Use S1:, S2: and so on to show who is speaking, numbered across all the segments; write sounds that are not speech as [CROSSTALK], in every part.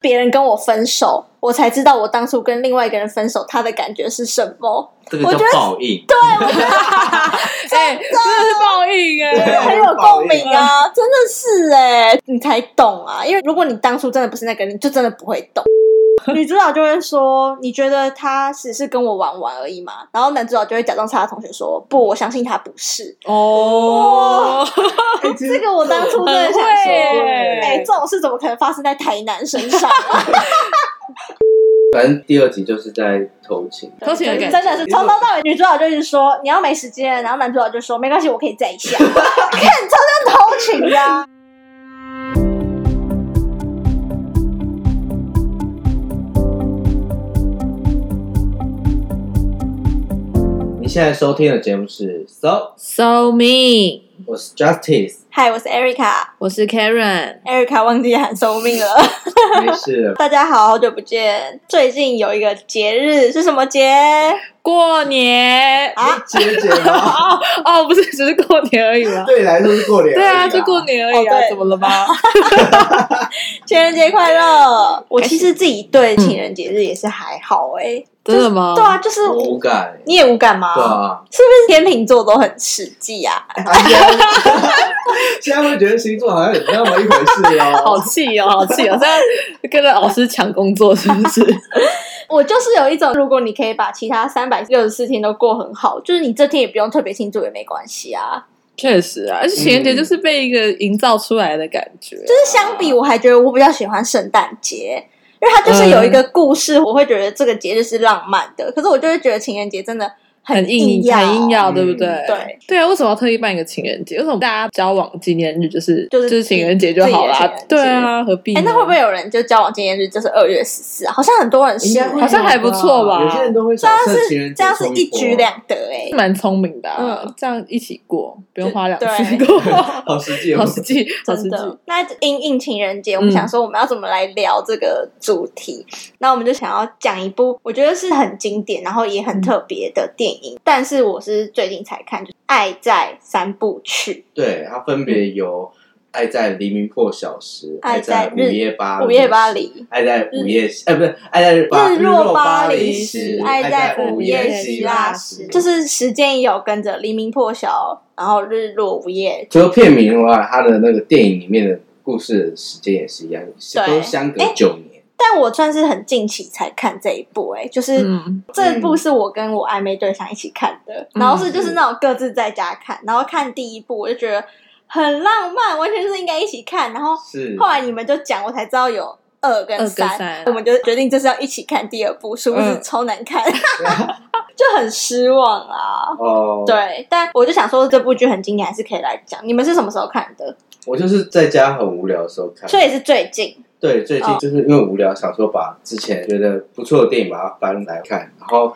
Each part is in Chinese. S1: 别人跟我分手，我才知道我当初跟另外一个人分手，他的感觉是什么。
S2: 这个
S1: 我
S2: 叫
S1: 觉得
S2: 报应。
S3: 哎，这是报应
S1: 真
S3: 哎！
S1: 的很有共鸣啊，真的是哎、你才懂啊。因为如果你当初真的不是那个人，你就真的不会懂。女主角就会说：“你觉得他只是跟我玩玩而已嘛？”然后男主角就会假装是他的同学说：“不，我相信他不
S3: [LAUGHS]
S1: 是。哎
S3: 哦，
S1: 这个我当初真的想
S3: 很
S1: 说，
S3: 会耶
S1: 哎、这种事怎么可能发生在台南身上、啊？
S2: 反正第二集就是在偷情，
S3: 偷情的感
S1: 真
S3: 觉
S1: 的是从头到尾，女主角就是说你要没时间，然后男主角就说没关系，我可以再一下。 [LAUGHS] 看，超像偷情的啊、
S2: 你现在收听的节目是 So，
S3: So me，
S2: 我是 Justice，
S1: 嗨，我是 Erica，Erica
S3: 我是 Karen，
S1: 忘记喊寿命了。 [LAUGHS]
S2: 没事 [LAUGHS] 了。
S1: 大家好，好久不见。最近有一个节日是什么节？
S3: 过年
S1: 啊
S2: 节节吗？
S3: 哦哦，不是只是过年而已吗？
S2: 对你来说是过年而已，
S3: 对啊，就过年而已
S1: 哦
S3: 啊，
S1: 对
S3: 怎么了吗？
S1: 情人节快乐！我其实自己对情人节日也是还好哎、
S3: 真的吗？
S1: 对啊，就是
S2: 我无感。
S1: 你也无感吗？
S2: 对啊，
S1: 是不是天秤座都很实际啊？
S2: 啊现在 [LAUGHS] 现在会觉得星座好像有那么一回事
S3: [LAUGHS] 好
S2: 哦。
S3: 气哦，好气哦！现在跟着老师抢工作是不是？
S1: 我就是有一种，如果你可以把其他三百六十四天都过很好，就是你这天也不用特别庆祝也没关系啊。
S3: [LAUGHS] 确实啊，而且情人节就是被一个营造出来的感觉，
S1: 就是相比，我还觉得我比较喜欢圣诞节，因为它就是有一个故事，我会觉得这个节日是浪漫的。可是我就会觉得情人节真的
S3: 很
S1: 硬
S3: 硬很硬要，
S2: 嗯
S3: 对不对？
S1: 对
S3: 对啊，为什么要特意办一个情人节？为什么大家交往纪念日就是
S1: 就是
S3: 情人节就好
S1: 自己
S3: 啦
S1: 的情人节？
S3: 对啊，何必呢？
S1: 哎、那会不会有人就交往纪念日就是二月十四啊？好像很多人
S2: 应
S1: 是
S2: 该，会
S3: 好像还不错吧
S2: 有些人都会想趁情人节
S1: 这样是
S2: 冲
S1: 一
S2: 波
S1: 举，两得哎、
S3: 蛮聪明的啊？
S1: 嗯
S3: 这样一起过，不用花两
S1: 对 [LAUGHS]
S3: 次过，
S2: 好实际哦，
S3: 好实际，好实
S1: 真
S3: 际。
S1: 的，那因应情人节，我们
S3: 嗯
S1: 想说我们要怎么来聊这个主题？那我们就想要讲一部我觉得是很经典，然后也很特别的电影，但是我是最近才看，就是《爱在三部曲
S2: 对，它分别有爱在黎明破晓时，
S1: 爱
S2: 爱在
S1: 在
S2: 午
S1: 日
S2: 夜巴》
S1: 《
S2: 黎
S1: 午夜巴黎
S2: 爱在午夜时，哎，不是，爱在巴
S1: 嗯日落巴黎
S2: 黎
S3: 时
S2: 时，
S1: 爱
S2: 爱
S1: 在
S2: 午
S1: 午
S3: 夜
S2: 夜希
S3: 希
S2: 腊
S3: 腊
S2: 时
S3: 时》，
S1: 就。是时间也有跟着黎明破晓，然后日落午夜。
S2: 除了片名的话，它的那个电影里面的故事的时间也是一样，都相隔
S1: 哎
S2: 九年。
S1: 但我算是很近期才看这一部、哎，就是。
S3: 嗯，
S1: 这部是我跟我暧昧对象一起看的，
S3: 嗯
S1: 然后是就是那种各自在家看，然后看第一部我就觉得很浪漫，完全就是应该一起看。然后
S2: 是
S1: 后来你们就讲，我才知道有二跟
S3: 嗯二跟
S1: 三，
S3: 三
S1: 我们就决定就是要一起看第二部，殊不知
S3: 嗯
S1: 超难
S3: [LAUGHS]
S1: 看，就很失望啊。
S2: 哦，，
S1: 对，但我就想说这部剧很经典，还是可以来讲。你们是什么时候看的？
S2: 我就是在家很无聊的时候看，
S1: 所以是最近。
S2: 对，最近
S1: 哦
S2: 就是因为无聊，想说把之前觉得不错的电影把它翻来看，然后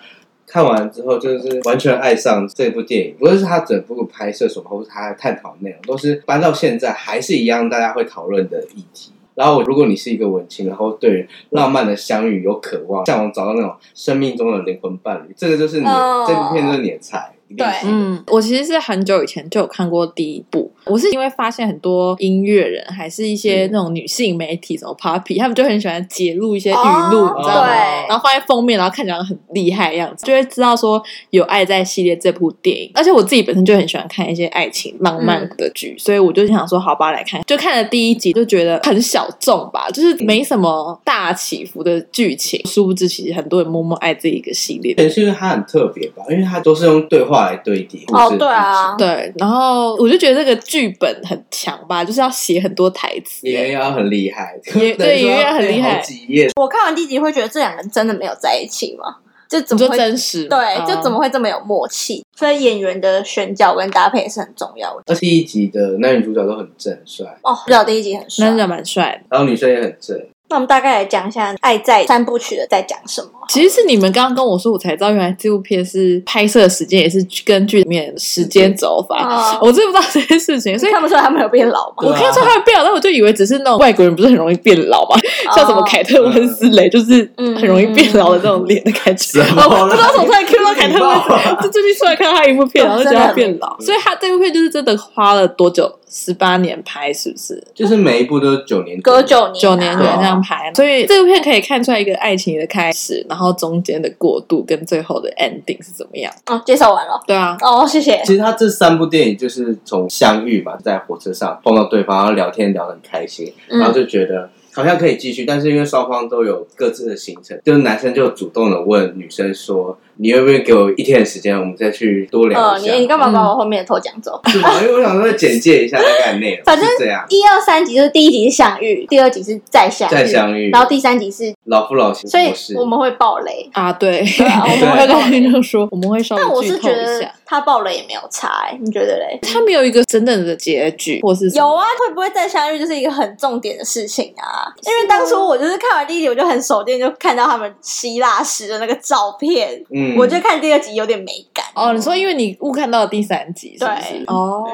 S2: 看完之后就是完全爱上这部电影，无论是它整部拍摄手法，或是它的探讨内容，都是搬到现在还是一样大家会讨论的议题。然后，如果你是一个文青，然后对于浪漫的相遇有渴望，向往找到那种生命中的灵魂伴侣，这个就是你、
S1: 哦
S2: 这部片就是你的菜，一定是。
S3: 嗯，我其实是很久以前就有看过第一部，我是因为发现很多音乐人还是一些
S2: 嗯
S3: 那种女性媒体，什么 Papi，他们就很喜欢解录一些语录，
S1: 哦
S3: 你知道吗？
S1: 对
S3: 然后放在封面，然后看起来很厉害的样子，就会知道说有《爱在》系列这部电影。而且我自己本身就很喜欢看一些爱情浪漫
S1: 嗯
S3: 的剧，所以我就想说，好吧，来看。就看了第一集，就觉得很小众吧，就是没什么大起伏的剧情。殊不知，其实很多人默默爱这一个系列。
S2: 也是因为它很特别吧，因为它都是用对话来堆叠故事
S1: 哦
S2: 的
S1: 对啊
S2: 剧情
S3: 对，然后我就觉得这个剧本很强吧，就是要写很多台词。
S2: 演员要很厉
S1: [LAUGHS]
S2: 害，
S3: 也对演员很厉害
S2: 好几页
S1: 我看完第一集会觉得这两个人真的没有在一起吗？就怎
S3: 你
S1: 么
S3: 说
S1: 会
S3: 真实吗？嗯
S1: 对，就怎么
S3: 会？
S1: 会这么有默契？所以演员的选角跟搭配也是很重要的。
S2: 而且第一集的男女主角都很正很帅，
S1: 哦，不知道第一集很帅
S3: 男。主角蛮帅的，
S2: 然后女生也很正。
S1: [LAUGHS] 那我们大概来讲一下《爱在三部曲》的在讲
S3: [LAUGHS]
S1: 什么。
S3: 其实是你们刚刚跟我说，我才知道原来这部片是拍摄时间也是根据里面的时间走法。
S1: 啊，
S3: 我真的不知道这件事情，哦所
S1: 所以
S3: 以
S1: 看不出来他们有变老吗？
S2: 对
S3: 我
S2: 啊
S3: 看到他们变老，但我就以为只是那种外国人不是很容易变老嘛，
S1: 哦
S3: 像啊什么凯特温斯雷，就是
S1: 嗯
S3: 很容易变老的那种脸的感觉。
S2: 嗯什么啦
S3: [LAUGHS] 哦，不知道怎么突然 [LAUGHS] Q 到凯特温斯雷
S2: 你知道吗
S3: 就最近突然看到他一部片，然后就觉得他变老，所以他这部片就是真的花了多久？十八年拍，是不是？
S2: 就是每一部都是九年
S1: 隔九年、
S3: 九年
S1: 啊
S3: 前这样拍，所以这部片可以看出来一个爱情的开始，然后中间的过渡跟最后的 ending 是怎么样。
S1: 哦，介绍完了
S3: 对啊，
S1: 哦，谢谢。
S2: 其实他这三部电影就是从相遇嘛，在火车上碰到对方，然后聊天聊得很开心，
S1: 嗯
S2: 然后就觉得好像可以继续，但是因为双方都有各自的行程，就是男生就主动的问女生说：“你愿不愿意给我一天的时间，我们再去多聊
S1: 呃，
S2: 一
S1: 你
S2: 下？”
S1: 你干嘛
S3: 嗯
S1: 把我后面的头讲走？
S2: 是吧？因为我想说简介一下大概的内容，
S1: [LAUGHS] 反正
S2: 是这样。
S1: 一二三集就是第一集是相遇，第二集是再相遇，
S2: 再相遇
S1: 然后第三集是，
S2: 老夫老妻
S1: 所以
S2: 模式，
S1: 我们会爆雷。
S3: 啊，对，
S1: 对
S3: [LAUGHS]
S1: 啊，我
S3: 我
S1: 们
S3: 们
S1: 会
S3: 会
S1: 爆
S3: 跟听
S1: 雷。
S3: 众说，我们会稍
S1: 但我
S3: 微剧
S1: 是
S3: 透
S1: 觉
S3: 一
S1: 得
S3: 下。
S1: 他爆雷也没有差、欸，你觉得嘞？
S3: 他没有一个真正的结局，或是什么
S1: 有啊，会不会再相遇就是一个很重点的事情啊？因为当初我就是看完第一集，我就很手贱，就看到他们希腊时的那个照片，
S2: 嗯，
S1: 我就看第二集有点没感。
S3: 哦，你说因为你误看到第三集，是不是
S1: 对？
S3: 哦，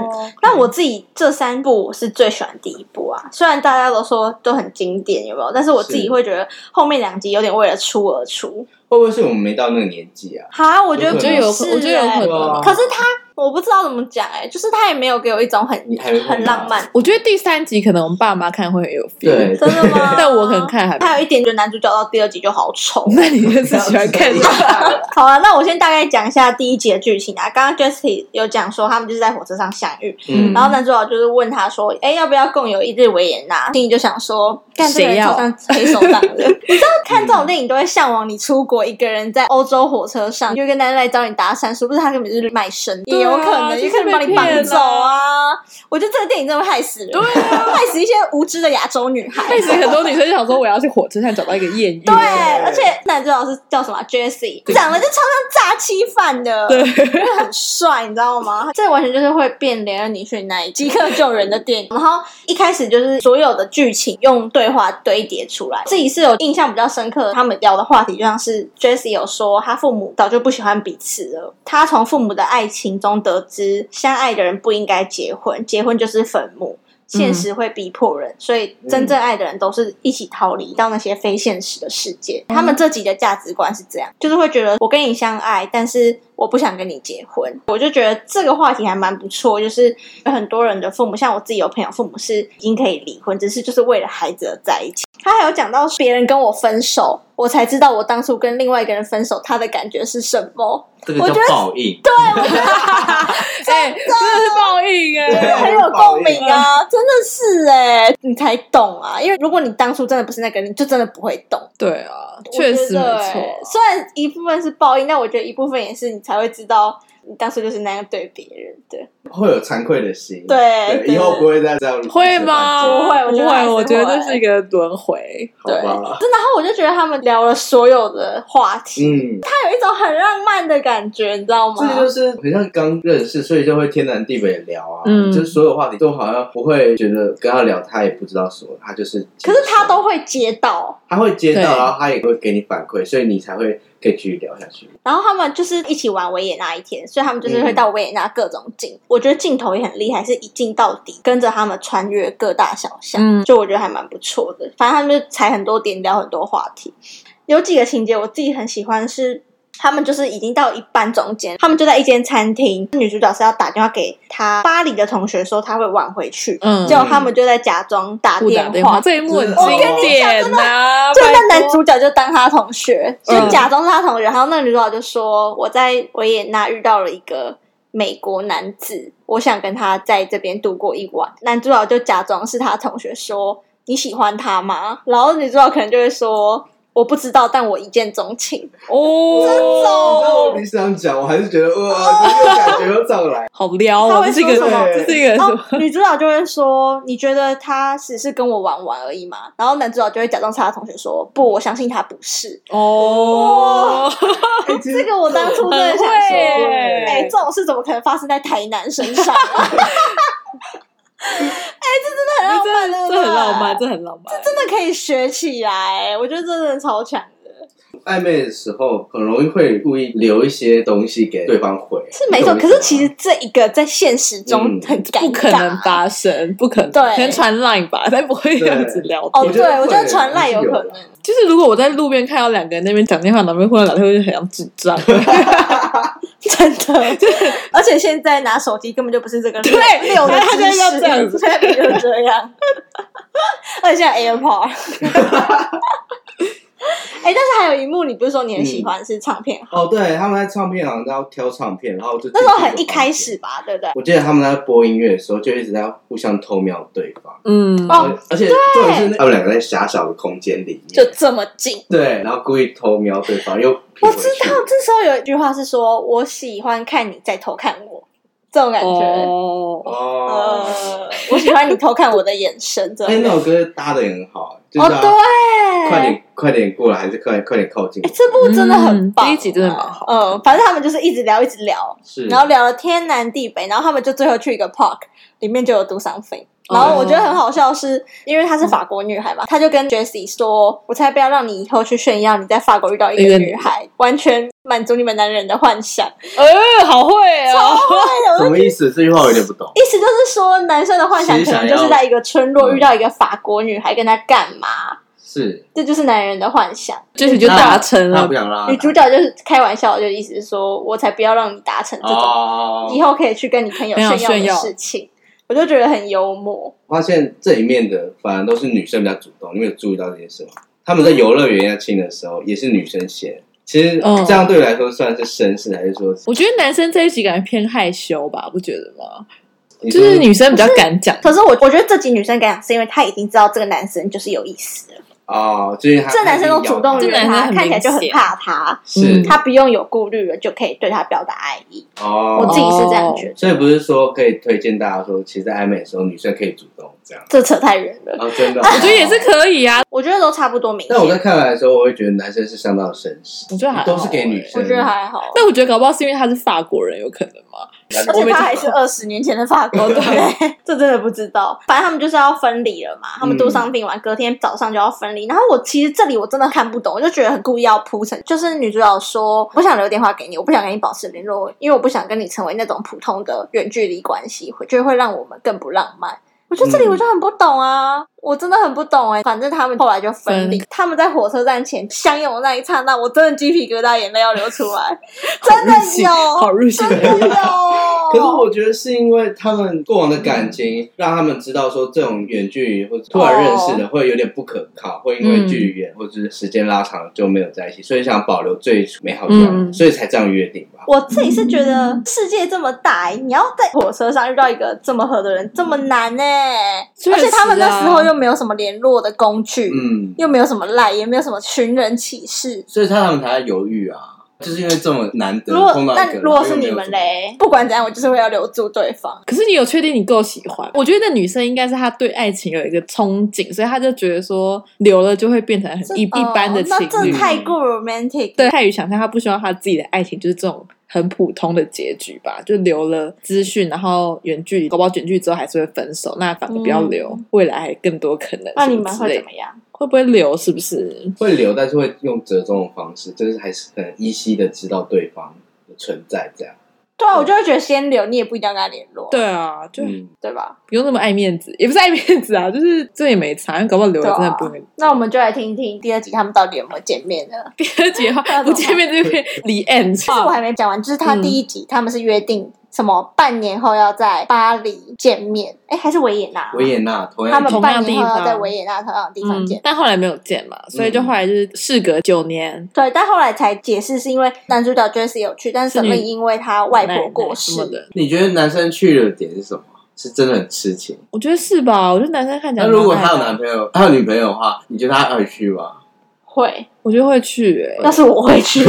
S1: 那我自己这三部我是最喜欢第一部啊，虽然大家都说都很经典，有没有？但是我自己
S2: 是
S1: 会觉得后面两集有点为了出而出。
S2: 会不会是我们没到那个年纪啊？
S1: 哈，我觉得
S3: 我
S2: 有
S1: 不是欸、
S3: 觉得有，我觉得有可能哦。
S1: 可是啊他，我不知道怎么讲哎、就是他也没有给我一种很
S2: 你还没碰到
S1: 很浪漫，
S3: 我觉得第三集可能我们爸妈看会很有 feel，
S2: 对
S1: 真的吗？
S3: [LAUGHS] 但我可能看还没
S1: 还有一点，觉得男主角到第二集就好丑。
S3: [LAUGHS] 那你就是喜欢看 [LAUGHS]
S2: 不要这样
S1: [LAUGHS] 好啊，那我先大概讲一下第一集的剧情啊。刚刚 Jesse 有讲说他们就是在火车上相遇，
S2: 嗯
S3: 嗯
S1: 然后男主角就是问他说：“哎、要不要共有一日维也纳？”心里就想说：“干这个
S3: 谁
S1: 人
S3: 要
S1: 头上黑手党的。” [LAUGHS] 你知道看这种电影都会向往你出国一个人在欧洲火车上，有一个男人来找你搭讪，殊不知他根本就是卖身，也
S3: 对啊
S1: 有可能，
S3: 就是
S1: 也可能把你
S3: 被
S1: 绑
S3: 骗
S1: 走啊。我觉得这个电影真的会害死人，对、
S3: 啊
S1: 害死一些无知的亚洲女孩。
S3: 开始很多女生就想说，我要去火车站找到一个艳遇。
S1: 对，而且男主角是叫什么啊 Jesse，
S2: 对
S1: 长得就超像诈欺犯的，
S3: [LAUGHS] 对，
S1: 因为很帅，你知道吗？这完全就是会变连恩·尼逊那一即刻救人的电影。然后一开始就是所有的剧情用对话堆叠出来。自己是有印象比较深刻的，他们聊的话题就像是 Jesse 有说，他父母早就不喜欢彼此了。他从父母的爱情中得知，相爱的人不应该结婚，结婚就是坟墓。现实会逼迫人，所以真正爱的人都是一起逃离到那些非现实的世界。他们这集的价值观是这样，就是会觉得我跟你相爱，但是我不想跟你结婚。我就觉得这个话题还蛮不错，就是有很多人的父母，像我自己有朋友，父母是已经可以离婚，只是就是为了孩子而在一起。他还有讲到别人跟我分手，我才知道我当初跟另外一个人分手，他的感觉是什么。
S2: 这个
S1: 我
S2: 叫
S1: 觉得
S2: 报应，
S3: 哎，真的是报应
S2: 对
S3: 哎！
S1: 很有共鸣啊，真的是哎、你才懂啊，因为如果你当初真的不是那个人，你就真的不会懂。
S3: 对啊，
S1: 我
S3: 确实
S1: 觉
S3: 没
S1: 得
S3: 错
S1: 欸。虽然一部分是报应，但我觉得一部分也是你才会知道你当初就是那样对别人的。
S2: 会有惭愧的
S3: 嗯
S2: 心。
S1: 对
S2: 以后不会再这样。
S3: 会吗？
S1: 不会我
S3: 不
S1: 觉得还是
S3: 会，我觉得
S1: 会
S3: 这是一个轮回。
S2: 好吧，
S1: 然后我就觉得他们聊了所有的话题，
S2: 嗯，
S1: 他有一种很浪漫的感觉，你知道
S2: 这
S1: 吗？
S2: 就是很像刚认识，所以就会天南地北聊啊，
S3: 嗯
S2: 就是所有话题都好像不会觉得跟他聊，他也不知道什么，他就是。
S1: 可是他都会接到，
S2: 他会接到，
S3: 对
S2: 然后他也会给你反馈，所以你才会可以继续聊下去。
S1: 然后他们就是一起玩维也纳一天，所以他们就是会到维也纳各种景。
S3: 嗯
S1: 我觉得镜头也很厉害，是一镜到底，跟着他们穿越各大小巷，
S3: 嗯
S1: 就我觉得还蛮不错的。反正他们就踩很多点，聊很多话题。有几个情节我自己很喜欢是。他们就是已经到一半中间，他们就在一间餐厅，女主角是要打电话给她巴黎的同学说她会晚回去，
S3: 嗯
S1: 结果他们就在假装打
S3: 不
S1: 电
S3: 打电话，这一幕很
S2: 我跟
S1: 哦
S3: 经
S2: 你讲
S3: 典啊
S1: [LAUGHS]
S3: 呐。
S1: 就那
S3: 拜
S1: 男
S3: 托
S1: 主角就当他同学，就
S3: 嗯
S1: 假装是他同学。然后那个女主角就说：“我在维也纳遇到了一个美国男子，我想跟他在这边度过一晚。”男主角就假装是他同学说：“你喜欢他吗？”然后女主角可能就会说。我不知道，但我一见钟情，
S3: [LAUGHS] 哦，
S2: 你知道我平时这样讲，我还是觉得哇，这个感觉又上
S1: [LAUGHS]
S2: 来。
S3: 好撩
S1: 他
S3: 哦，
S1: 会
S3: 这是一
S1: 说
S3: 个
S1: 什么哦
S3: 这是一个
S1: 然
S3: 什么？
S1: 后女主角就会说：“你觉得他只是跟我玩玩而已嘛？”然后男主角就会假装是他同学说：“不，我相信他不是。
S3: 哦，
S1: [LAUGHS] 这个我当初真的
S3: 很
S1: 想
S3: 会
S1: 说，
S3: 耶
S1: 哎、这种事怎么可能发生在台南身上、啊？ [LAUGHS] 哎、这真的很浪漫
S3: [LAUGHS] 这
S1: 对不对
S3: 这很浪漫，这很浪漫，
S1: 真的可以学起来，我觉得这真的超强的，
S2: 暧昧的时候很容易会故意留一些东西给对方回，
S1: 是没错。
S2: 你
S1: 可
S2: 懂我
S1: 是
S2: 意思吗
S1: 其实这一个在现实中
S2: 嗯
S1: 很尴尬，
S3: 不可能发生，不可能，
S1: 对
S3: 可能传 line 吧，但不会这样子聊天。
S1: 哦，
S2: 我
S1: 对
S2: 觉得，
S1: 我觉
S2: 会
S1: 得传赖
S2: 还是
S1: 有
S2: 有
S1: 可
S2: 的
S1: 能。
S3: 啊就是如果我在路边看到两个人那边讲电话，两边忽然聊天，我就很像智障。 [LAUGHS]
S1: 真的， [LAUGHS] 而且现在拿手机根本就不是这个
S3: 对
S1: 六的
S3: 他
S1: 姿
S3: 现在要
S1: 势，
S3: 这样子
S1: 现在就这样， [LAUGHS] 而且现在
S3: [LAUGHS]
S1: AirPod。哎、但是还有一幕，你不是说你很喜欢是唱片行？
S2: 哦，对，他们在唱片行都要挑唱片，然后就
S1: 那时候很一开，始吧，对不对？
S2: 我记得他们在播音乐的时候就一直在互相偷瞄对方，
S1: [LAUGHS]
S3: 嗯，
S1: 哦
S2: 而而且重点是那他们两个在狭小的空间里
S1: 就
S2: 面，
S1: 这么近。
S2: 对，然后故意偷瞄对方又拼
S1: 我
S2: 回去
S1: 知道，这时候有一句话是说：“我喜欢看你在偷看我。”这种感觉。
S3: 哦，
S2: 哦，
S1: 呃，我喜欢你偷看我的眼神，这
S2: 哎，
S1: 种
S2: 那
S1: 感觉。
S2: 首歌搭的也很好，就是
S1: 哦，
S2: 要
S1: 对，
S2: 快点快点过来，还是快点快点靠近
S1: 哎，，这部真的很
S3: 嗯
S1: 棒、
S3: 第一集真的蛮好
S1: 嗯，反正他们就是一直聊，一直聊，
S2: 是，
S1: 然后聊了天南地北，然后他们就最后去一个 park，里面就有 do something。然后我觉得很好笑是，因为她是法国女孩嘛，她就跟 Jessie 说：“我才不要让你以后去炫耀你在法国遇到一
S3: 一
S1: 个
S3: 个
S1: 女孩，完全满足你们男人的幻想。
S3: 呃，好会哦，
S1: 哎
S2: 什
S1: 呦
S2: 么意思？这句话我有点不懂。
S1: 意思就是说，男生的幻想
S2: 其
S1: 可
S2: 实想
S1: 能就是
S2: 要
S1: 在一个村落
S2: 嗯
S1: 遇到一个法国女孩，跟她干嘛？
S2: 是，
S1: 这就是男人的幻想。
S3: 这题就达成
S2: 他
S3: 了
S2: 不，想让他
S1: 女主角就是开玩笑，就意思是说我才不要让你达成这种，
S2: 哦
S1: 以后可以去跟你朋友
S3: 没有
S1: 炫
S3: 炫
S1: 耀
S3: 耀
S1: 的事情。我就觉得很幽默，
S2: 发现这里面的反而都是女生比较主动，你没有注意到这件事吗？他们在游乐园要亲的时候，也是女生先。其实
S3: 嗯
S2: 这样对我来说算是绅士，还是说
S3: 我觉得男生这一集感觉偏害羞吧，不觉得吗？
S2: 你
S3: 就
S2: 说
S3: 是女生比较敢讲，
S1: 可是我我觉得这集女生敢讲，是因为她已经知道这个男生就是有意思了。
S2: 哦，就是他
S1: 这男生都主动
S2: 他
S1: 约
S2: 是
S3: 这男生
S1: 她，
S3: 很
S1: 看起来
S3: 明
S1: 就很
S3: 显
S1: 怕她，
S2: 是
S3: 嗯
S1: 她不用有顾虑了，就可以对她表达爱意。我自
S2: 哦，
S1: 己是这样觉得，
S2: 所以不是说可以推荐大家说，其实在暧昧的时候女生可以主动这样。
S1: 这扯太远了。
S2: 哦，真的，
S3: [LAUGHS] 我觉得也是。可以啊。
S1: 我觉得都差不多明显
S2: 但。我在看来的时候，我会觉得男生是相当的绅士，
S3: 我觉得还好欸
S2: 都是给女生，
S1: 我觉得还好，
S3: 但我觉得搞不好是因为他是法国人，有可能吗？
S1: 而
S3: 我
S1: 且
S3: 没
S1: 他
S3: 听
S1: 还是二十年前的法国，对不对？这真的不知道。反正他们就是要分离了嘛，他们都上病完，隔天早上就要分离。然后我其实这里我真的看不懂，我就觉得很故意要铺陈，就是女主角说不想留电话给你，我不想跟你保持联络，因为我不想跟你成为那种普通的远距离关系，会就会让我们更不浪漫。我觉得这里
S2: 嗯
S1: 我就很不懂啊，我真的很不懂哎、反正他们后来就分离，他们在火车站前相拥的那一刹那，我真的鸡皮疙瘩，眼泪要流出来， [LAUGHS] 真
S3: [LAUGHS]
S1: 的
S3: 好入戏好
S1: 有，
S3: 入
S1: 真。
S3: 戏
S1: 的有。
S3: [LAUGHS]
S2: 可是我觉得是因为他们过往的感情，让他们知道说这种远距离或者突然认识的会有点不可靠，会因为距离远或者是时间拉长了就没有在一起，所以想保留最美好的样子，
S3: 嗯
S2: 所以才这样约定吧。
S1: 我自己是觉得世界这么大、你要在火车上遇到一个这么合的人，这么难呢、
S3: 确实啊
S1: 而且他们那时候
S3: 啊
S1: 又没有什么联络的工具，
S2: 嗯，
S1: 又没有什么赖，也没有什么寻人启事。
S2: 所以他们才在犹豫啊，就是因为这么难得
S1: 如果
S2: 碰到一个
S1: 那
S2: 人。
S1: 如果是你们嘞，不管怎样，我就是会要留住对方。
S3: 可是你有确定你够喜欢？我觉得那女生应该是她对爱情有一个憧憬，所以她就觉得说留了就会变成很一一般的
S1: 哦那
S3: 情
S1: 这
S3: 侣。
S1: 太过 romantic。
S3: 对，太于想象，她不希望她自己的爱情就是这种很普通的结局吧，就留了资讯，然后远距离，搞不好远距离之后还是会分手，那反而不要留，未来还有更多可能。
S1: 嗯那你
S3: 什么
S1: 们
S3: 之
S1: 会
S3: 类
S1: 怎
S3: 的
S1: 么样？
S3: 会不会留？是不是？
S2: 会留，但是会用折中的方式，就是还是很依稀的知道对方的存在这样。
S1: 对啊，我就会觉得先留，你也不一定要跟他联络，
S3: 对啊，就
S2: 嗯，
S1: 对吧？
S3: 不用那么爱面子，也不是爱面子啊，就是这也没差，因为搞不好留
S1: 啊
S3: 了真的不能。
S1: 那我们就来听一听第二集他们到底有没有见面呢？
S3: 第二集的话，不见面就会离 end。
S1: 其实我还没讲
S3: 嗯
S1: 完，就是他第一集、他们是约定什么半年后要在巴黎见面，哎，还是维也纳？
S2: 维也纳同
S1: 他
S2: 样
S1: 们
S3: 同
S1: 半
S3: 样地
S1: 年
S3: 方
S1: 后要在维也纳同样的地方见。
S3: 嗯但后来没有见嘛，所
S2: 嗯
S3: 以就后来就是事隔九年，
S1: 对，但后来才解释是因为男主角 Jesse 有去，但是沈
S3: 是
S1: 命
S3: 女
S1: 因为他外婆过世
S3: 奶奶什么，的，
S2: 你觉得男生去的点是什么？是真的很痴情。
S3: 我觉得是吧？我觉得男生看起来
S2: 那
S3: 蛮爱的，
S2: 如果他有男朋友，他有女朋友的话，你觉得他会去吗？
S1: 会，
S3: 我觉得会去、欸，
S1: 要是我会
S3: [LAUGHS]
S1: 去，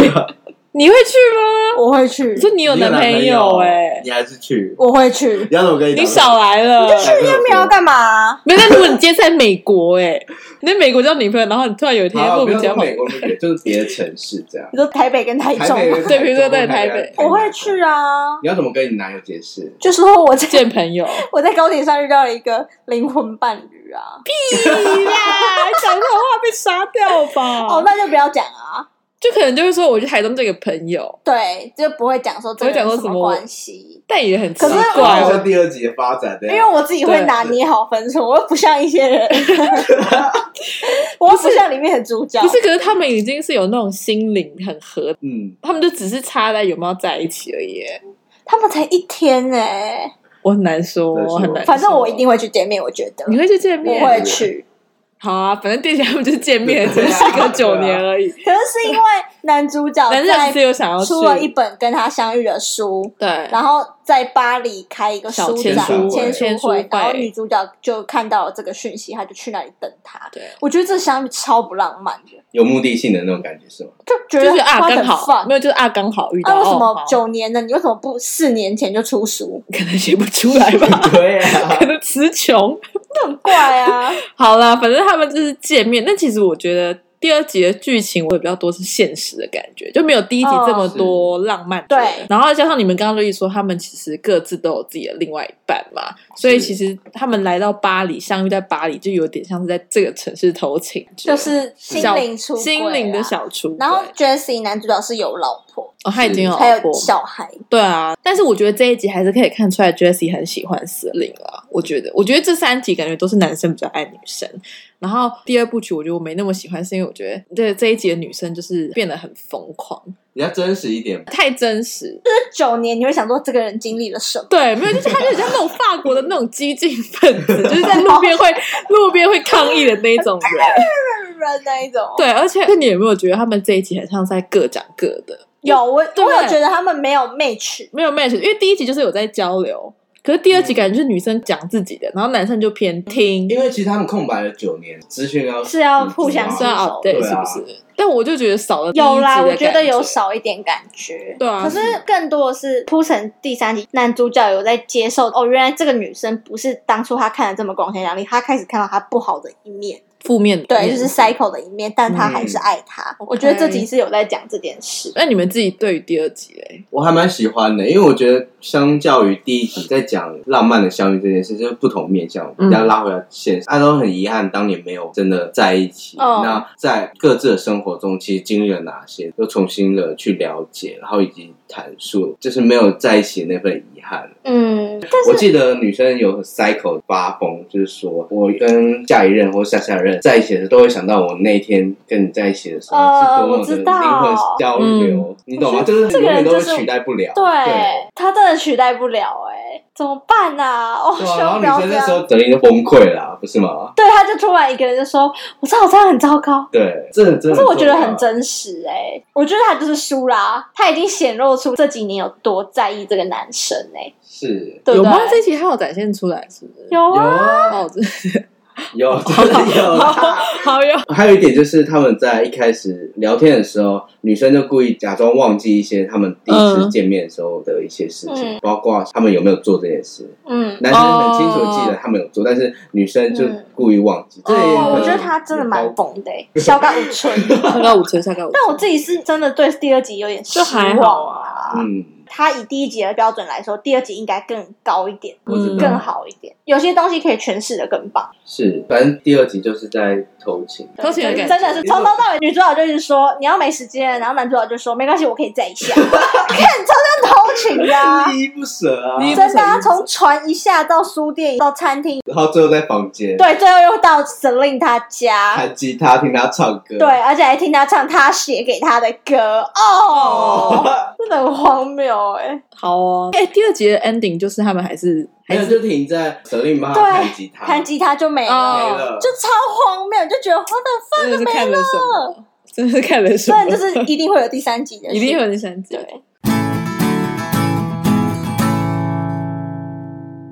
S3: 你会去吗？
S1: 我会去
S3: 我，说你有男朋友哎、
S2: 你还是去？
S1: 我会去。
S2: 你要怎么跟你讲？
S3: 你少来了。
S2: 去
S1: 见面要干嘛？
S3: 没有，但如果你今天在美国、哎，你在美国交女朋友，然后你突然有一天
S2: 好，啊
S3: 莫
S2: 不
S3: 名
S2: 要
S3: 其
S2: 说
S3: 妙
S2: 美国那边，就是别的城市这样。
S1: 你说台北跟台
S2: 台
S1: 中
S2: 北
S1: 吗，
S3: 对比如说对
S2: 台
S3: 台北
S1: [LAUGHS] 我会去。啊。
S2: 你要怎么跟你男友解释？
S1: 就说我在
S3: 见朋友，
S1: 我在高铁上遇到了一个灵魂伴侣啊，
S3: 屁啦，讲这种话被杀掉吧？哦
S1: 哦哦，那就不要讲啊。
S3: 就可能就是说我去台东这个朋友，
S1: 对，就不会讲说这个
S3: 不会讲说
S1: 有什
S3: 什么
S1: 关系。
S3: 但也很奇
S1: 可是我
S3: 怪
S2: 好
S3: 哦。
S2: 像第二集的发展的
S3: 啊
S1: 因为我自己会拿捏好分寸，我又不像一些
S3: [LAUGHS]
S1: 人，我又不像里面的主角。
S3: 不是，可是他们已经是有那种心灵很合，
S2: 嗯，
S3: 他们就只是差在有没有在一起而已耶。
S1: 他们才一天呢、
S3: 我很难说，
S2: 难说
S3: 我很难说。
S1: 反正我一定会去见面，我觉得
S3: 你会去见
S1: 我
S3: 面，
S1: 会去。
S3: 好啊，反正电影他们就是见面，只
S2: 对啊
S3: 是隔九年而已。
S1: 可是是因为男主角
S3: 男生其实
S1: 在
S3: 有想要去
S1: 出了一本跟他相遇的书，
S3: 对，
S1: 然后在巴黎开一个
S3: 小
S1: 书
S3: 签
S1: 展
S2: 书会
S1: 签
S3: 签书
S1: 书会
S3: 会，
S1: 然后女主角就看到了这个讯息，她就去那里等他。
S3: 对，
S1: 我觉得这相遇超不浪漫的，
S2: 有目的性的那种感觉是
S1: [LAUGHS]
S2: 吗？
S1: 就觉
S3: 就
S1: 得
S3: 是啊，
S1: 花很
S3: 刚好
S1: 放。
S3: 没有，就是啊，刚好遇到。
S1: 那为什
S3: 哦
S1: 么
S3: 好
S1: 九年呢？你为什么不四年前就出
S3: [LAUGHS]
S1: 书？
S3: 可能写不出来吧？ [LAUGHS]
S2: 对啊
S3: 可，能词穷。
S1: 这很怪啊！
S3: 好啦，反正他们就是见面。但其实我觉得第二集的剧情，我也比较多是现实的感觉，就没有第一集这么多浪漫、
S1: 对
S3: 然后加上你们刚刚就一说，他们其实各自都有自己的另外一半嘛，所以
S2: 是
S3: 其实他们来到巴黎，相遇在巴黎，就有点像是在这个城市偷情，
S1: [LAUGHS] 就是心
S3: 小
S1: 灵出轨啊
S3: 心灵的。小出轨。
S1: 然后 Jesse 男主角是有老婆，
S3: 哦，他已经有
S1: 还
S3: 老
S1: 有
S3: 婆，
S1: 小孩，
S3: 对啊。但是我觉得这一集还是可以看出来，Jessie 很喜欢司令啦。我觉得，我觉得这三集感觉都是男生比较爱女生。然后第二部曲，我觉得我没那么喜欢，是因为我觉得这这一集的女生就是变得很疯狂，
S2: 比较真实一点，
S3: 太真实。
S1: 九年你会想说这个人经历了什么？
S3: 对，没有，就是他就很像那种法国的那种激进分子，就是在路边会 [LAUGHS] 路边会抗议的那种人。
S1: 那一种，
S3: 对，而且你有没有觉得他们这一集很像在各讲各的？
S1: 有我
S3: 对
S1: 我有觉得他们没有 match，
S3: 没有 match，因为第一集就是有在交流，可是第二集感觉就是女生讲自己的，然后男生就偏听，
S2: 因为其实他们空白了九年，资讯要
S1: 是要互相
S2: 嗯
S3: 是要
S1: 啊
S3: update
S2: 对啊
S3: 是不是？但我就觉得少了第一集
S1: 有啦，
S3: 的
S1: 我觉
S3: 感
S1: 得有。少一点感觉。
S3: 对啊
S1: 可是更多的是铺成第三集，男主角有在接受哦，原来这个女生不是当初他看的这么光鲜亮丽，他开始看到她不好的一面，嗯
S3: 负面的
S1: 对，
S3: 面
S1: 就是 cycle 的一面，但他还是爱她。我觉得这集是有在讲这件事。
S3: 那你们自己对于第二集嘞？
S2: 我还蛮喜欢的，因为我觉得相较于第一集在讲浪漫的相遇这件事，就是不同面向，比较拉回到现实。大家都很遗憾当年没有真的在一起。
S1: 哦
S2: 那在各自的生活中，其实经历了哪些，又重新的去了解，然后以及阐述，就是没有在一起的那份遗憾。
S1: 嗯，
S2: [LAUGHS] 我记得女生有 cycle 发疯，就是说我跟下一任或下下任在一起的时候，都会想到我那一天跟你在一起的时候、
S1: 呃
S2: 是多么
S1: 我
S2: 的
S1: 知
S2: 灵
S1: 道嗯
S2: 魂交流，你懂吗？就是永远
S1: 这个人
S2: 都
S1: 就是
S2: 是取代不了。
S1: 对
S2: 对
S1: 他真的取代不了哎、怎么办啊？哦，
S2: 对
S1: 希
S2: 啊，
S1: 望不
S2: 然
S1: 要这
S2: 后女生那
S1: 样
S2: 时。候整个人就崩溃了，不是吗？
S1: 对，他就突然一个人就说：“我知道我这样很糟糕。”
S2: 对，这很真
S1: 可
S2: 的。
S1: 是我觉得很。真实哎、我觉得他就是输啦，他已经显露出这几年有多在意这个男生哎、
S2: 是
S1: 对不
S3: 有
S1: 对？
S3: 吗？这一集还有展现出来，是 [LAUGHS] 不是？
S1: 有啊，
S3: 哦，这
S2: 有有真的 [LAUGHS] 有。啊
S3: 好有
S2: 还有一点就是，他们在一开始聊天的时候，女生就故意假装忘记一些他们第一次
S3: 嗯
S2: 见面的时候的一些事情，
S1: 嗯
S2: 包括他们有没有做这件事。
S1: 嗯，
S2: 男生很清楚记得他们有做，但是女生就故意忘记。这也有可
S1: 哦，
S2: 能
S1: 我觉得他真的蛮疯的、欸，小刚五
S2: [LAUGHS]
S1: 寸。
S3: 下个五村，下个五村。
S1: 但我自己是真的对第二集有点失
S3: 就还好
S1: 望
S3: 啊
S1: 啊。
S2: 嗯，
S1: 他以第一集的标准来说，第二集应该更高一点，
S3: 嗯
S1: 或者更好一点，有些东西可以诠释的更棒。
S2: 是，反正第二集就是在偷情。
S3: 偷情的感觉
S1: 真的是从头到尾，女主角就是说你要没时间，然后男主角就说没关系，我可以再一下。 [LAUGHS] 看，超像偷情的啊、
S2: [LAUGHS] 依依不舍啊，
S3: 依依不舍
S1: 真的、啊，从船一下到书店，到餐厅，
S2: 然后最后在房间
S1: 对，最后又到 Selin 他家，
S2: 弹吉他听他唱歌，
S1: 对，，而且还听他唱他写给他的歌，哦，真的很荒谬哎、
S3: [LAUGHS] 好哦，哎，第二集的 ending 就是他们还是
S2: 没
S3: 还
S2: 有
S3: 是
S2: 就停在舍令妈
S1: 对
S2: 弹吉他，
S1: 弹吉他就没了，
S3: 哦
S2: 没了，
S1: 就超荒谬，就觉得我的
S3: 真的是看了什么？真的是看了什
S1: 真
S3: 么？
S1: 的就是一定会有第三集的事，
S3: [LAUGHS] 一定会有第三集。
S1: 对。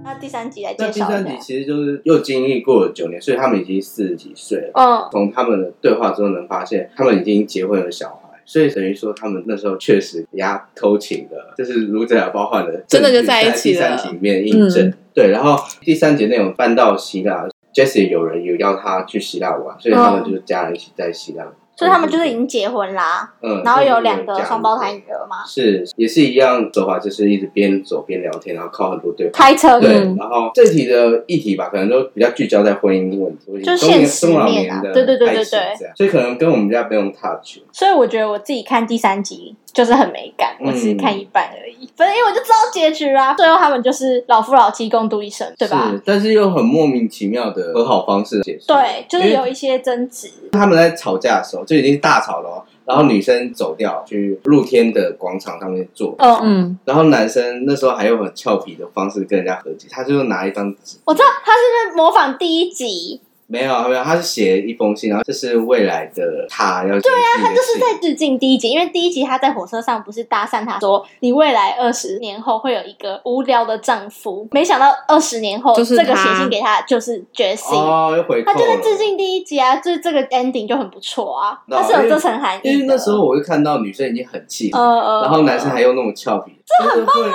S1: 那第三集来
S2: 那
S1: 介
S2: 第
S1: 绍一
S2: 三
S1: 下
S2: 集，其实就是又经历过了九年，所以他们已经四十几岁了。
S1: 嗯，
S2: 从他们的对话之后，能发现他们已经结婚有小孩，所以等于说他们那时候确实压偷情的，就是如假包换的证据，
S3: 真的就在一起
S2: 第三
S3: 了
S2: 集里面印证。对，然后第三集内容搬到希腊，Jesse 有人有要他去希腊玩，所以他们就家人一起在希腊。
S1: 所以他们就是已经结婚啦，
S2: 嗯，
S1: 然后有
S2: 就是
S1: 两个
S2: 家
S1: 双胞胎女儿嘛，
S2: 是也是一样手法，就是一直边走边聊天，然后靠很多对话。
S1: 开车
S2: 对
S3: 嗯，
S2: 然后这题的议题吧，可能都比较聚焦在婚姻问题，
S1: 就是
S2: 中年
S1: 现实
S2: 中老
S1: 面
S2: 年
S1: 啊
S2: 的
S1: 对对对对
S2: 爱情
S1: 对
S2: 这样，所以可能跟我们家不用 touch。
S1: 所以我觉得我自己看第三集就是很没感，
S2: 嗯
S1: 我只是看一半而已。反正因为我就知道结局啦，最后他们就是老夫老妻共度一生，对吧？
S2: 是，但是又很莫名其妙的和好方式结束。
S1: 对，就是有
S2: 因为
S1: 一些争执，
S2: 他们在吵架的时候就已经大吵了哦，然后女生走掉去露天的广场上面坐，
S1: 嗯。
S3: 嗯，
S2: 然后男生那时候还用很俏皮的方式跟人家和解，他就拿一张纸，
S1: 我知道他是不是模仿第一集，
S2: 没有没有，他是写一封信，然后这是未来的他要对啊，他
S1: 就是在致敬第一集，因为第一集他在火车上不是搭讪他说你未来二十年后会有一个无聊的丈夫，没想到二十年后
S3: 就是
S1: 这个
S3: 他
S1: 写信给他的就是决心，
S2: 哦，又回扣
S1: 他
S2: 了
S1: 就在致。敬第一集啊，就是这个 ending 就很不错啊，
S2: 那
S1: 它是有这层含义的。
S2: 哦因为那时候我就看到女生已经很气，
S1: 呃呃，
S2: 然后男生还用那种俏皮，这很棒啊，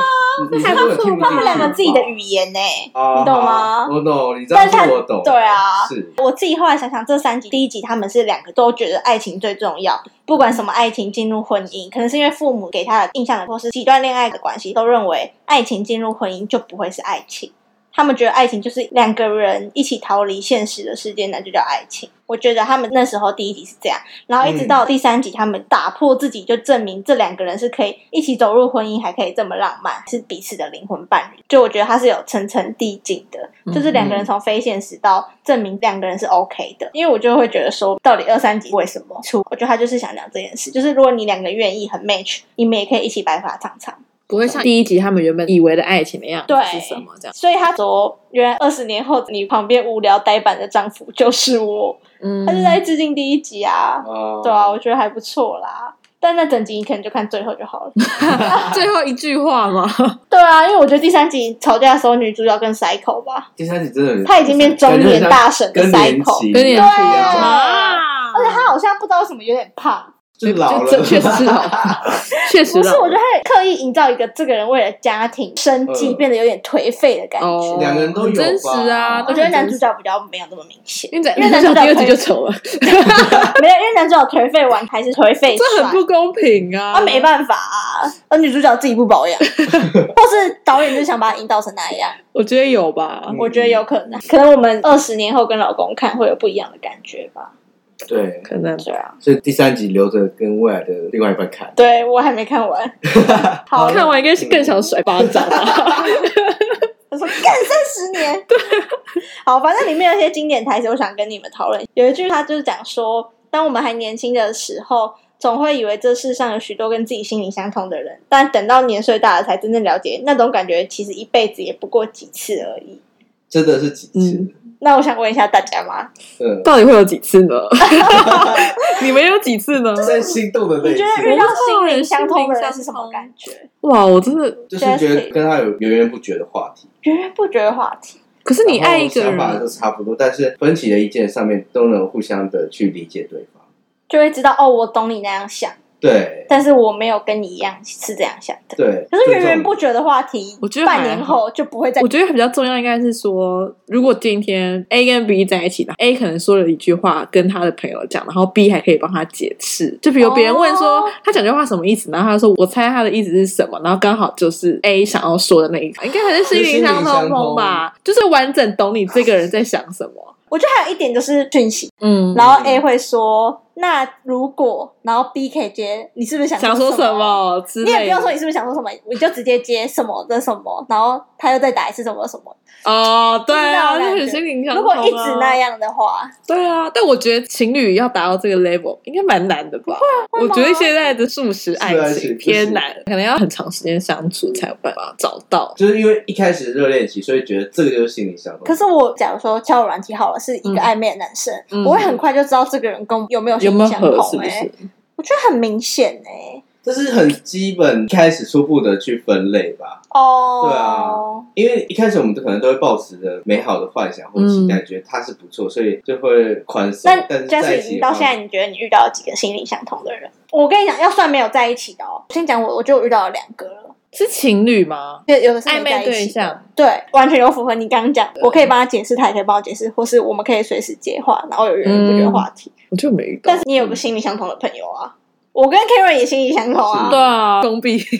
S2: 女生根本听不进去
S1: 他们两个自己的语言呢、
S2: 哦
S1: 你懂吗
S2: 好我懂，你这
S1: 但
S2: 样
S1: 是他
S2: 说我懂，
S1: 对啊
S2: 是
S1: 我自己后来想想，这三集第一集他们是两个都觉得爱情最重要，不管什么爱情进入婚姻，可能是因为父母给他的印象，或是几段恋爱的关系，都认为爱情进入婚姻就不会是爱情。他们觉得爱情就是两个人一起逃离现实的世界，那就叫爱情。我觉得他们那时候第一集是这样，然后一直到第三集，他们打破自己，就证明这两个人是可以一起走入婚姻，还可以这么浪漫，是彼此的灵魂伴侣。就我觉得他是有层层递进的，就是两
S2: 嗯
S1: 个人从非现实到证明两个人是 OK 的。因为我就会觉得说，到底二三集为什么出？我觉得他就是想讲这件事，就是如果你两个愿意很 match，你们也可以一起白发苍苍。
S3: 不会像第一集他们原本以为的爱情的样子
S1: 对
S3: 是什么这样，
S1: 所以他说，原来二十年后你旁边无聊呆板的丈夫就是我，
S3: 嗯
S1: 他是在致敬第一集啊。
S2: 哦
S1: 对啊，我觉得还不错啦。但那整集你可能就看最后就好了。
S3: 最后一句话嘛，
S1: 对啊，因为我觉得第三集吵架的时候，女主角跟 Cycle 吧，
S2: 第三集真的，
S1: 她已经变中年大神的
S2: 更年
S1: Cycle，
S2: 期，
S3: [LAUGHS] 有点
S1: 对
S3: 不一样
S1: 啊而且她好像不知道为什么有点胖。
S2: 就老
S3: 就
S2: 了，
S3: 这确实是老
S1: [LAUGHS]
S3: 了，确实
S1: 不是，我
S3: 老
S1: 觉
S3: 了
S1: 得她也刻意营造一个这个人为了家庭生计
S2: 嗯
S1: 变得有点颓废的感觉。
S3: 哦，
S2: 两个人都有吧
S3: 很真实啊，
S1: 我觉得男主角比较没有那么明
S3: [LAUGHS]
S1: 显，
S3: 因为在
S1: 因为男主角
S3: 第二集就丑了，
S1: 没有，因为男主角颓废完还是颓废
S3: 这
S1: 帅
S3: 很。不公平啊！
S1: 啊，没办法啊，而女主角自己不
S3: [LAUGHS]
S1: 保养，或是导演就想把她引导成那样。
S3: 我觉得有吧，
S2: 嗯
S1: 我觉得有可能，可能我们二十年后跟老公看会有不一样的感觉吧。
S2: 对，
S3: 可能
S1: 对啊，
S2: 所以第三集留着跟未来的另外一半看。
S1: 对我还没看
S3: [LAUGHS]
S1: 完。好，
S3: 看完应该是更想甩巴掌
S1: [LAUGHS]
S3: 啊吧。
S1: 我说干三十年。对， [LAUGHS] 好，反正里面有一些经典台词，我想跟你们讨论。有一句他就是讲说，当我们还年轻的时候。总会以为这世上有许多跟自己心灵相通的人，但等到年岁大了，才真正了解那种感觉，其实一辈子也不过几次而已。
S2: 真的是几次？
S1: 那我想问一下大家吗？
S2: 嗯，
S3: 到底会有几次
S1: [LAUGHS]
S3: 呢？你们有几次呢？
S2: 在心动的那
S1: 你
S2: 一
S1: 觉得
S2: 次，
S1: 遇到心灵相通的人是什么感觉？
S3: 哇，我真的，
S2: 就是觉得跟他有源源不绝的话题。
S1: 源源不绝的话题。
S3: 可是你爱一个
S2: 然后想法
S3: 人，
S2: 都差不多，但是分歧的意见上面都能互相的去理解对方。
S1: 就会知道哦，我懂你那样想，
S2: 对
S1: 但是我没有跟你一样是这样想的。
S2: 对，
S1: 可是源源
S2: 尊重
S1: 不绝的话题，
S3: 我觉得还好
S1: 半年后就不会再
S3: 我觉得比较重要应该是说，如果今天 A 跟 B 在一起了，A 可能说了一句话跟他的朋友讲，然后 B 还可以帮他解释。就比如别人问说、
S1: 哦
S3: 他讲这话什么意思，然后他说我猜他的意思是什么，然后刚好就是 A 想要说的那一个，应该还是心灵相通吧，就是完整懂你这个人在想什么。
S1: 我觉得还有一点就是讯息，
S3: 嗯，
S1: 然后 A 会说，那如果，然后 B 可以接，你是不是想
S3: 想说
S1: 什
S3: 什？么之
S1: 你
S3: 类的，
S1: 也不用说你是不是想说什么，你就直接接什么的什么，然后他又再打一次什么什么。
S3: 哦，对啊，
S1: 不知道
S3: 就
S1: 感觉
S3: 很心灵相
S1: 如
S3: 通、
S1: 果
S3: 啊。
S1: 一直那，样的话，
S3: 对啊，但我觉得情侣要达到这个 level 应该蛮难的吧？
S1: 会
S3: 我
S1: 吗
S3: 觉得现在的素食
S2: 素
S3: 爱
S2: 食爱
S3: 情
S2: 情
S3: 偏难，可能要很长时间相处才有办法找到。
S2: 就是因为一开始热恋期，所以觉得这个就是心灵相通。
S1: 可是我假如说交友软体好了，是一个
S3: 嗯
S1: 暧昧的男生，
S3: 嗯
S1: 我会很快就知道这个人跟我有没有
S3: 有
S1: 心
S3: 没
S1: 灵
S3: 有
S1: 相
S3: 合？是
S1: 通、
S3: 不
S1: 欸。
S3: 是？
S1: 我觉得很明显哎、
S2: 这是很基本一开始初步的去分类吧，
S1: 哦，
S2: 对啊因为一开始我们都可能都会抱持着美好的幻想或期待，觉得他是不错，所以就会宽松。但
S1: 那
S2: 是在
S1: Jesse，
S2: 一起啊
S1: 你
S2: 的
S1: 到
S2: 话
S1: 现在，你觉得你遇到了几个心灵相通的人？我跟你讲，要算没有在一起的哦。我先讲我，我就遇到了两个了。
S3: 是情侣吗？
S1: 有有的是
S3: 暧
S1: 没在
S3: 昧
S1: 一起
S3: 对象，
S1: 对，完全有符合你刚刚讲，
S3: 对
S1: 我可以帮他解释，他也可以帮我解释，或是我们可以随时接话，然后有源源不绝的话题。
S3: 我就没遇到
S1: 但。是你有个心理相同的朋友啊，我跟 Karen 也心理相同啊
S2: 是，
S3: 对啊，封闭 [LAUGHS]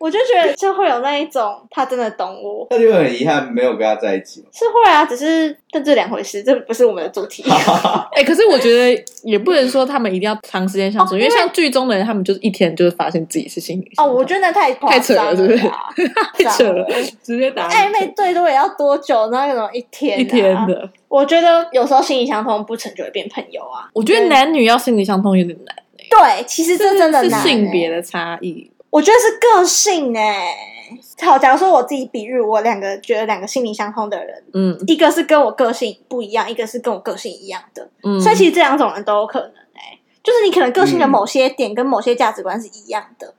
S1: 我就觉得就会有那一种他真的懂我，
S2: 那就很遗憾没有跟他在一起。
S1: 是会啊，只是但这两回事，这不是我们的主题。
S3: 哎、可是我觉得也不能说他们一定要长时间相处，
S1: 哦
S3: 因为
S1: 因为
S3: 像剧中的人，他们就是一天就是发现自己是心理
S1: 哦，我
S3: 得
S1: 觉得太夸
S3: 太扯
S1: 张
S3: 了是不是
S1: 啦 [LAUGHS]
S3: 太扯了
S1: 这样，
S3: 直接打
S1: 暧昧最多也要多久？那种一天、啊、
S3: 一天。的。
S1: 我觉得有时候心理相通不成就会变朋友啊。
S3: 我觉得
S1: 对
S3: 男女要心理相通有点难，
S1: 对，其实这真的
S3: 是
S1: 难、欸、
S3: 性别的差异。
S1: 我觉得是个性哎、好，假如说我自己比喻，我两个觉得两个心灵相通的人，
S3: 嗯
S1: 一个是跟我个性不一样，一个是跟我个性一样的，
S3: 嗯，
S1: 所以其实这两种人都有可能哎、就是你可能个性的
S2: 嗯
S1: 某些点跟某些价值观是一样的，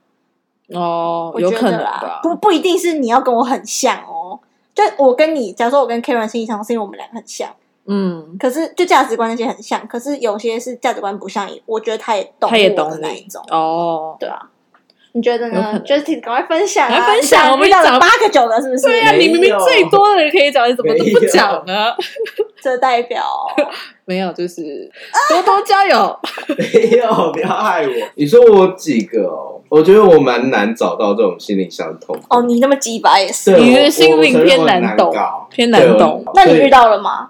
S3: 哦，
S1: 我
S3: 有
S1: 觉
S3: 可
S1: 得
S3: 能
S1: 啦
S3: 吧，。
S1: 不不一定是你要跟我很像哦。就我跟你，假如说我跟 Karen 心理相通，是因为我们两个很像，
S3: 嗯，
S1: 可是就价值观那些很像，可是有些是价值观不像，我觉得他也懂
S3: 他也
S1: 我
S3: 懂
S1: 的那一
S3: 你
S1: 种。
S3: 哦。
S1: 对啊，你觉得
S3: 有可
S1: 呢
S3: 能
S1: ？Justin，赶快分享、
S3: 赶
S1: 啊，
S3: 快分享
S1: 你
S3: 我们
S1: 遇到
S3: 找
S1: 了八个九个，是不是？
S3: 对啊，
S2: 没
S3: 你明明
S2: 有
S3: 最多的人可以讲，你怎么都不讲啊呢？
S1: 这代表哦
S3: 没有，就是多多加 [LAUGHS] 油。
S2: [LAUGHS] 没有，不要害我。你说我几个哦？我觉得我蛮难找到这种心灵相通的。
S1: 哦，你那么鸡巴也是。
S2: 对，
S3: 你
S2: 我
S3: 的心灵偏
S2: 难
S3: 难懂
S2: 搞，
S3: 偏难
S2: 对哎
S3: 懂。
S1: 那你遇
S2: 到
S1: 到了吗？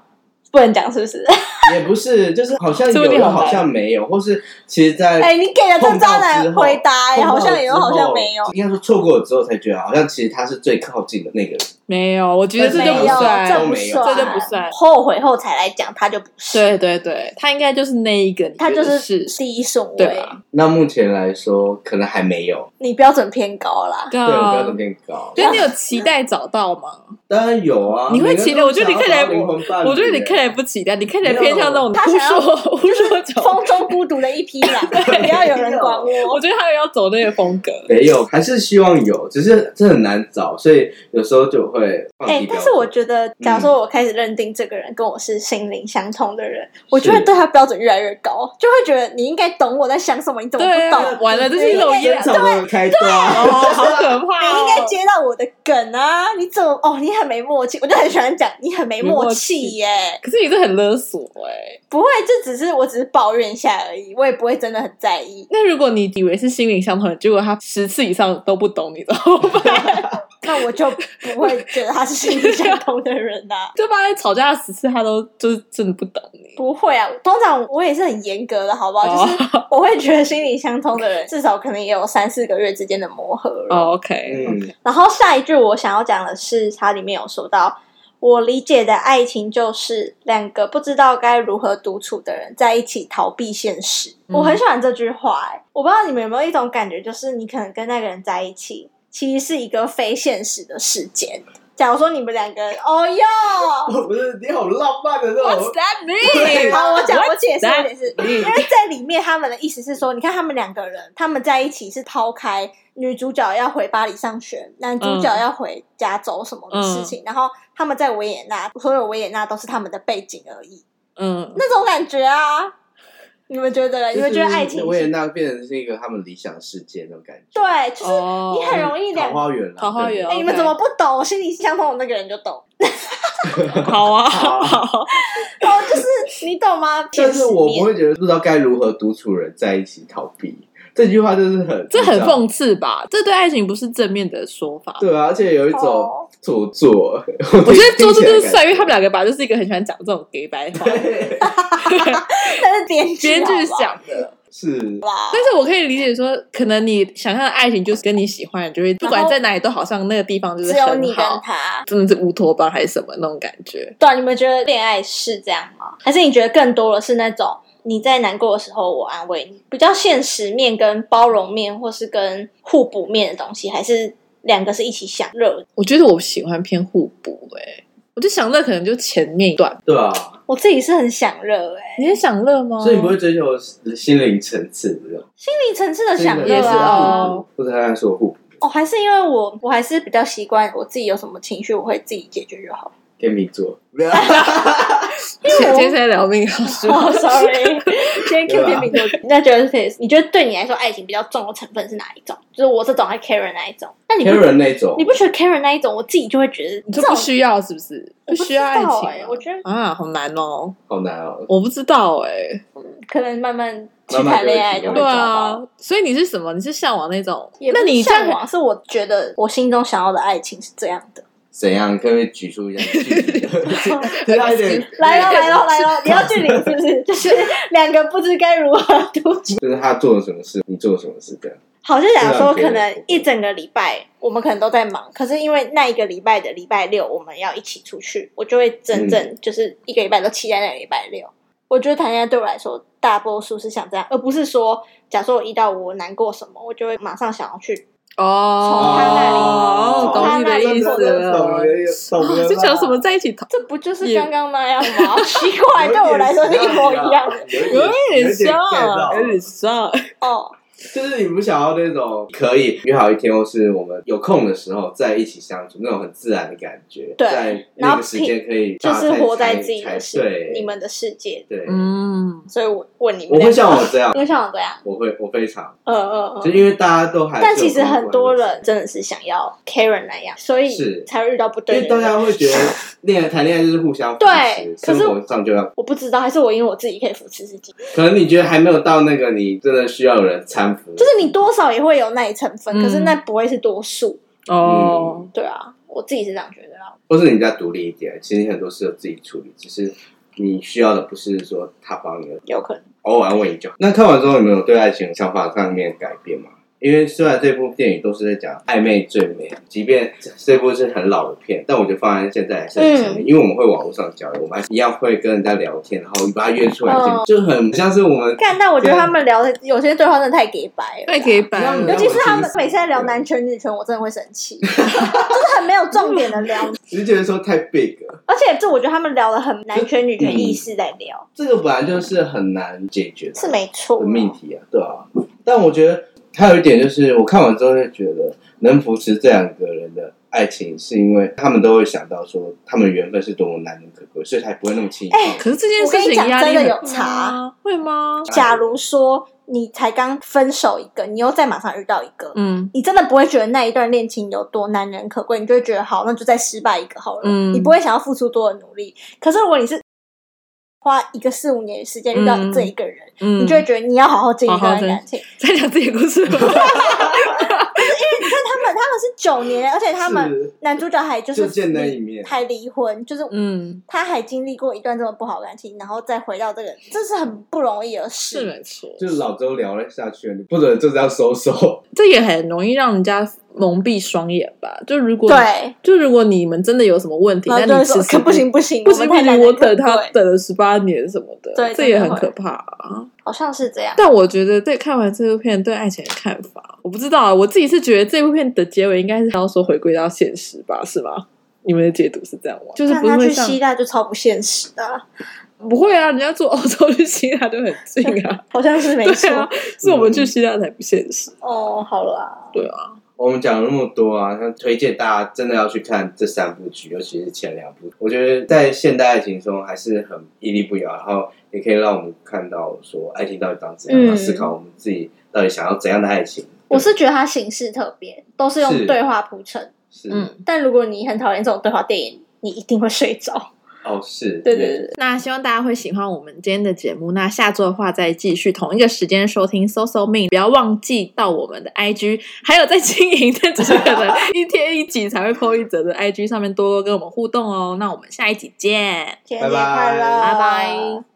S1: 不能讲是不是？
S2: 也不是，就是好像
S3: 这有
S2: 有，
S3: 点
S2: 又
S3: 好
S2: 好像没有，或是其实在，
S1: [LAUGHS] 哎，你给了这渣男回答，哎，
S2: 碰到
S1: 好
S2: 之后
S1: 像有，好像没有。
S2: 应该说错过了之后才觉得，好像其实他是最靠近的那个人。
S3: 没有，我觉得这
S1: 没
S3: 就
S1: 有，
S3: 不
S1: 这
S2: 都
S3: 算。
S1: 不
S2: 没有
S1: 算，
S3: 这就不算
S1: 后悔后才来讲，他就不是，
S3: 对对对，他应该就是那一个，你
S1: 他
S3: 觉
S1: 就
S3: 得
S1: 是
S3: 是
S1: 第一顺
S3: 对
S1: 位。
S3: 啊，
S2: 那目前来说，可能还没有，
S1: 你标准偏高啦。
S3: 对
S2: 对我标准
S3: 啊。
S2: 变高。
S3: 所以你有期待找到吗？
S2: 当然有啊，
S3: 你会期待我觉得你看起来
S2: 灵魂伴侣，
S3: 我觉得你看起来不期待，你看起来偏向那种
S1: 他
S3: 扑
S1: 想要
S3: 朔扑朔走。
S1: 风中孤独的一匹狼，不要有人管我
S3: 我。觉得他要走那个风格。
S2: 没有，还是希望有，只是这很难找，所以有时候就会放
S1: 哎、
S2: 低标
S1: 但
S2: 准。
S1: 是我觉得，
S3: 嗯
S1: 假如说我开始认定这个人跟我是心灵相通的人，我就会
S2: 是
S1: 对他标准越来越高，就会觉得你应该懂我在想什么，你怎么不
S3: 对
S1: 懂？
S3: 啊，完了，这是一种依
S2: 现
S3: 赖。
S2: 场都开
S3: 哦，
S2: 抓，
S3: 好
S1: 你
S3: 可怕哦！
S1: 应该接到我的梗啊！你怎么哦？你很没默契，我就很喜欢讲你很没默契耶、
S3: 可是你这很勒索哎、
S1: 不会，这只是我只是抱怨一下而已，我也不会真的很在意。
S3: 那如果你以为是心灵相通的，结果他十次以上都不懂你，怎么办？
S1: 那我就不会觉得他是心灵相通的人啊呐、
S3: 就发现吵架十次他都就是真的不懂你。
S1: [LAUGHS] 不会啊，通常我也是很严格的，好不好？
S3: 哦
S1: 啊就是 [LAUGHS] 我会觉得心灵相通的人，至少可能也有三四个月之间的磨合了。
S3: 哦、o k
S2: 嗯，
S1: 然后下一句我想要讲的是，它里面有说到，我理解的爱情就是两个不知道该如何独处的人在一起逃避现实。
S3: 嗯
S1: 我很喜欢这句话、欸，我不知道你们有没有一种感觉，就是你可能跟那个人在一起，其实是一个非现实的时间。假如说你们两个人，哦哟，
S2: 我不是你好浪漫的那
S3: What's
S2: 种，
S3: that
S2: 对
S1: [LAUGHS]
S3: mean？
S1: 好，我讲，我解释，我
S3: that
S1: 解释。因
S3: mean？
S1: 为在里面，他们的意思是说，你看他们两个人，他们在一起是抛开女主角要回巴黎上学，男主角
S3: 嗯
S1: 要回加州什么的事情，然后他们在维也纳，所有维也纳都是他们的背景而已，
S3: 嗯，
S1: 那种感觉啊，你们觉得嘞？你们觉得爱情
S2: 维也
S1: 是？
S2: 纳变成是一个他们理想世界那种感觉，
S1: 对，就是
S3: 哦，
S1: 你很容易两
S2: 桃花源啦，啊
S3: 桃花源啊
S1: 哎、你们
S3: OK
S1: 怎么不懂？我心里相通的那个人就懂，
S3: 好啊，
S2: 好啊
S3: 好啊， [LAUGHS]
S1: 哦，就是你懂吗？
S2: 对但是我不
S1: 现实面
S2: 会觉得不知道该如何独处人在一起逃避，这句话就是很
S3: 这很
S2: 讽
S3: 讽刺吧？这对爱情不是正面的说法。
S2: 对啊，而且有一种
S1: 哦
S2: 做作，
S3: 我
S2: 我
S3: 觉得做这
S2: 听起来
S3: 就
S2: 的
S3: 是
S2: 感
S3: 帅，因为他们两个吧，就是一个很喜欢讲这种给白话，
S2: 对
S1: 但是编剧
S3: 编剧
S1: 好吧
S3: 想的。
S2: 是
S1: 啦，
S3: 但是我可以理解说，可能你想象的爱情就是跟你喜欢的人，就会不管在哪里都好像那个地方就
S1: 只
S3: 是很好，
S1: 有你跟他。
S3: 真的是乌托邦还是什么那种感觉。
S1: 对啊、你们觉得恋爱是这样吗？还是你觉得更多的是那种你在难过的时候我安慰你，比较现实面跟包容面，或是跟互补面的东西，还是两个是一起享乐的？
S3: 我觉得我喜欢偏互补哎、我就享乐可能就前面一段，
S2: 对啊，
S1: 我自己是很享乐哎、
S3: 你也享乐吗？
S2: 所以你不会追求心灵层次的这种，
S1: 心理层次的享
S2: 心
S1: 乐
S2: 灵
S3: 也是
S2: 层次的
S1: 啊。
S3: 哦
S2: 互补，不知道他说互补
S1: 哦，还是因为我我还是比
S3: [LAUGHS]
S1: [LAUGHS] 较习惯我自己有什么情绪，我会自己解决就好。
S2: 天秤座，
S3: 今天在聊命好书， [LAUGHS]
S1: 哦、s o r r y 今天 Q
S2: 对啊
S1: 甜
S2: 吧
S1: 品多， [LAUGHS] 那 j e s s 你觉得对你来说爱情比较重的成分是哪一种？就是我这种还 Karen 那一种？那你不
S2: Karen 那种
S1: 你，不觉得 Karen 那一种，我自己就会觉得
S3: 你
S1: 这
S3: 就不
S1: 种
S3: 需要是不是？
S1: 我不
S3: 需要爱
S1: 知道
S3: 情
S1: 欸
S3: 啊
S1: 我觉得
S3: 啊，好难哦，
S2: 好难哦。
S3: 我不知道哎、
S1: 可能慢慢去
S2: 慢慢
S1: 谈
S2: 就会
S1: 恋爱
S2: 体
S1: 就会
S2: 会
S3: 对
S1: 找
S2: 到
S1: 到。
S3: 啊，所以你是什么？你是向往那种
S1: 也？不
S3: 那
S1: 是
S3: 你这
S1: 向
S3: 样
S1: 往是我觉得我心中想要的爱情是这样的。
S2: 怎样？可不可以举出一
S3: [LAUGHS]
S2: 下 [LAUGHS] 你的例子？ [LAUGHS] 对啊，有点
S1: [LAUGHS] 来喽来喽来喽，你要距离是不
S2: [LAUGHS]
S1: 是？就是两个不知该如何度过。
S2: 就是他做了什么事，你做了什么事这样。
S1: 好像想说，可
S2: 这样
S1: 能
S2: 子
S1: 一整个礼拜我们可能都在忙，可是因为那一个礼拜的礼拜六我们要一起出去，我就会真
S2: 嗯
S1: 正就是一个礼拜都期待那个礼拜六。我觉得谈恋爱对我来说，大多数是想这样，而不是说，假设我遇到我难过什么，我就会马上想要去。从他那里
S3: 哦，
S1: 从他
S3: 懂你的
S1: 那里
S3: 意思了。啊就讲什么在一起讨，
S1: 这不就是
S3: 也
S1: 刚刚那样吗？ [LAUGHS] 奇怪，对我来说是一模一样的。
S2: 有
S3: 有点
S2: 点
S3: 像啊
S2: 看到，
S3: 有点像。
S1: 哦，
S2: 就是你不想要那种可以约好一天，或是我们有空的时候在一起相处那种很自然的感觉，
S1: 对
S2: 在
S1: 然
S2: 那
S1: 后
S2: 个时间可以
S1: 就是
S2: 大家才
S1: 活在自己
S2: 才
S1: 的世
S2: 对，
S1: 你们的世界。
S2: 对，
S3: 嗯，
S1: 所以我问你们
S2: 我
S1: 两
S2: 会
S1: 个，
S2: 像我这样
S1: 你，会像我这样？
S2: 我会我非常，
S1: 嗯嗯
S2: 就
S1: 嗯。
S2: 因为大家都还是有
S1: 但其实
S2: 空的
S1: 很多
S2: 时候
S1: 人真的是想要 Karen 那样，所以
S2: 是
S1: 才会遇到不
S2: 因
S1: 对
S2: 为
S1: 的
S2: 大
S1: 人。
S2: 家会觉得恋爱谈恋爱就是互相扶
S1: 对
S2: 持，
S1: 可是
S2: 生活上就要，
S1: 我不知道，还是我因为我自己可以扶持自己，
S2: 可能你觉得还没有到那个你真的需要有人搀扶，
S1: 就是你多少也会有那一成分，
S3: 嗯
S1: 可是那不会是多数。
S2: 嗯
S3: 哦，
S1: 对啊，我自己是这样觉得啊。
S2: 或是你比较独立一点，其实你很多事都自己处理，只是你需要的不是说他帮你，
S1: 有可能
S2: 偶尔安慰你就好。那看完之后，你们有对爱情的想法上面改变吗？因为虽然这部电影都是在讲暧昧最美，即便这部是很老的片，但我觉得放在现在还是很
S1: 嗯
S2: 成立，因为我们会网络上交流，我们还一样会跟人家聊天，然后把他约出来见面，
S1: 嗯
S2: 就很像是我们
S1: 干，但我觉得
S2: 啊
S1: 他们聊的有些对话真的太给白了，
S3: 太给。白
S2: 了
S1: [LAUGHS] 尤
S3: 了。
S1: 其是他们每次在聊男权女权，我真的会生气，就是很没有重点的聊，
S2: 只是觉得说太 big 了。
S1: 而且这我觉得他们聊的很男权女权意识在聊，
S2: 这个本来就是很难解决的，
S1: 是没错
S2: 的。命题啊，对啊。但我觉得还有一点就是，我看完之后就觉得，能扶持这两个人的爱情，是因为他们都会想到说，他们的缘分是多么难能可贵，所以才不会那么轻易。
S1: 哎
S3: 可是这件
S1: 我跟你
S3: 事情
S1: 讲
S3: 压力
S1: 真的
S3: 很
S1: 有嗯
S3: 大
S1: 差
S3: 啊，会吗？
S1: 假如说你才刚分手一个，你又再马上遇到一个，
S3: 嗯，
S1: 你真的不会觉得那一段恋情有多难能可贵，你就会觉得好，那就再失败一个好了。
S3: 嗯
S1: 你不会想要付出多的努力。可是如果你是花一个四五年的时间遇到
S3: 嗯
S1: 这一个人，
S3: 嗯，
S1: 你就会觉得你要好好经营这
S3: 好
S1: 段
S3: 好珍
S1: 感情。
S3: 在讲自己的故
S1: [LAUGHS]
S3: 事吗？嗯
S1: 他们他们是九年，而且他们
S2: 是
S1: 男主角还就
S2: 就是见那一面，
S1: 还离婚，就是
S3: 嗯，
S1: 他还经历过一段这么不好的感情，然后再回到这个，这是很不容易的事。
S3: 是没错，
S2: 就是老周聊了下去了，你不能就这样收手。
S3: 这也很容易让人家蒙蔽双眼吧？就如果
S1: 对，
S3: 就如果你们真的有什么问题，
S1: 然后就
S3: 但
S1: 会
S3: 你
S1: 说
S3: 迟迟
S1: 可不行不行，
S3: 不行不
S1: 我们太难
S3: 行，
S1: 了
S3: 我等他
S1: 对
S3: 等了十八年什么的，
S1: 对
S3: 这也
S1: 真
S3: 很
S1: 的会
S3: 可怕啊。
S1: 好像是这样。
S3: 但我觉得对看完这部片对爱情的看法，我不知道啊，我自己是觉得这部片的结尾应该是要说回归到现实吧，是吗？你们的解读是这样吗？就是
S1: 看
S3: 不
S1: 他
S3: 会
S1: 去
S3: 像
S1: 希腊就超不现实的啊，，
S3: 不会啊，人家 [LAUGHS] 住欧洲去希腊都很近啊
S1: 好像 [LAUGHS] 是没错嗯
S3: 对。啊，是我们去希腊才不现实。
S1: 哦，好啦，
S3: 对啊，
S2: 我们讲了那么多啊，那推荐大家真的要去看这三部剧，尤其是前两部。我觉得在现代爱情中还是很屹立不摇，然后也可以让我们看到说爱情到底长怎样，
S1: 嗯
S2: 然后思考我们自己到底想要怎样的爱情。
S1: 我是觉得它形式特别，都是用
S2: 是
S1: 对话铺陈。
S2: 是，
S3: 嗯，
S1: 但如果你很讨厌这种对话电影，你一定会睡着。
S2: 哦，是，
S1: 对对对，
S3: 那希望大家会喜欢我们今天的节目。那下周的话，再继续同一个时间收听《搜搜命》，不要忘记到我们的 IG，还有在经营，但只是可能一天一集才会 PO 一则的 IG 上面多多跟我们互动哦。那我们下一集见。
S1: 节日
S2: 拜拜
S1: 快乐，
S3: 拜拜